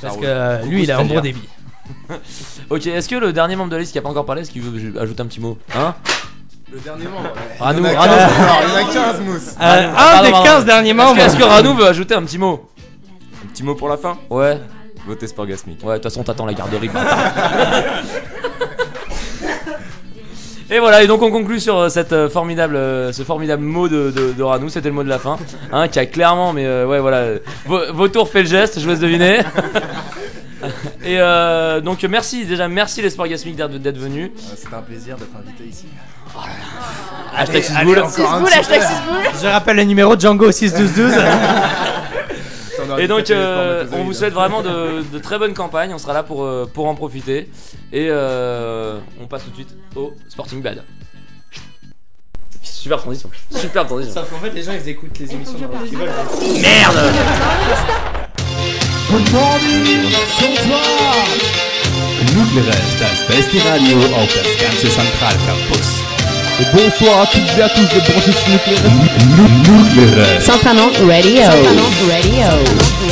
[SPEAKER 7] Parce que euh,
[SPEAKER 5] Coucou,
[SPEAKER 7] lui, il a un bon
[SPEAKER 5] stagiaire.
[SPEAKER 7] débit.
[SPEAKER 5] ok, est-ce que le dernier membre de la liste qui a pas encore parlé, est-ce qu'il veut que je- ajouter un petit mot Hein
[SPEAKER 6] Le dernier membre. ouais.
[SPEAKER 5] Ranou,
[SPEAKER 6] Il y en a
[SPEAKER 5] Ranou.
[SPEAKER 7] euh,
[SPEAKER 6] 15, alors, il y en a 15 mousse.
[SPEAKER 5] Ah,
[SPEAKER 7] un
[SPEAKER 5] pardon,
[SPEAKER 7] des
[SPEAKER 5] pardon.
[SPEAKER 7] 15 derniers
[SPEAKER 5] Est-ce que-
[SPEAKER 7] membres.
[SPEAKER 5] Est-ce que Ranou veut ajouter un petit mot Un petit mot pour la fin Ouais. Votez Sporgasmic. Ouais, de toute façon, t'attends la garderie. bâtard. Et voilà, et donc on conclut sur euh, cette euh, formidable, euh, ce formidable mot de, de, de Ranou, c'était le mot de la fin, hein, qui a clairement, mais euh, ouais voilà, euh, vo- Vautour fait le geste, je vous laisse deviner. Et euh, donc merci, déjà merci les Sporgasmic d'être d'être venus.
[SPEAKER 6] Ah, C'était un plaisir d'être invité ici.
[SPEAKER 5] Hashtag
[SPEAKER 7] Allez,
[SPEAKER 5] Sisboul.
[SPEAKER 7] allez, encore un
[SPEAKER 1] Sisboul,
[SPEAKER 7] petit
[SPEAKER 1] hashtag
[SPEAKER 7] peu.
[SPEAKER 1] Sisboul.
[SPEAKER 7] Je rappelle le numéro de Django 61212.
[SPEAKER 6] Ça, on aurait
[SPEAKER 5] Et
[SPEAKER 6] dû
[SPEAKER 5] donc,
[SPEAKER 6] fêter les
[SPEAKER 5] euh,
[SPEAKER 6] formes de Zoé,
[SPEAKER 5] on vous
[SPEAKER 6] là.
[SPEAKER 5] souhaite vraiment de, de très bonnes campagnes. On sera là pour, euh, pour en profiter. Et euh, on passe tout de suite au Sporting Bad. Super transition. Super transition.
[SPEAKER 7] Sauf qu'en fait, les gens, ils écoutent les émissions dans leur-
[SPEAKER 2] Good morning, bonsoir. Nucléaire das beste Radio auf das ganze Zentralcampus. Bonsoir à toutes et à tous de brancher sur Nucléaire. Nucléaire.
[SPEAKER 4] Santanon Radio. Santanon Radio.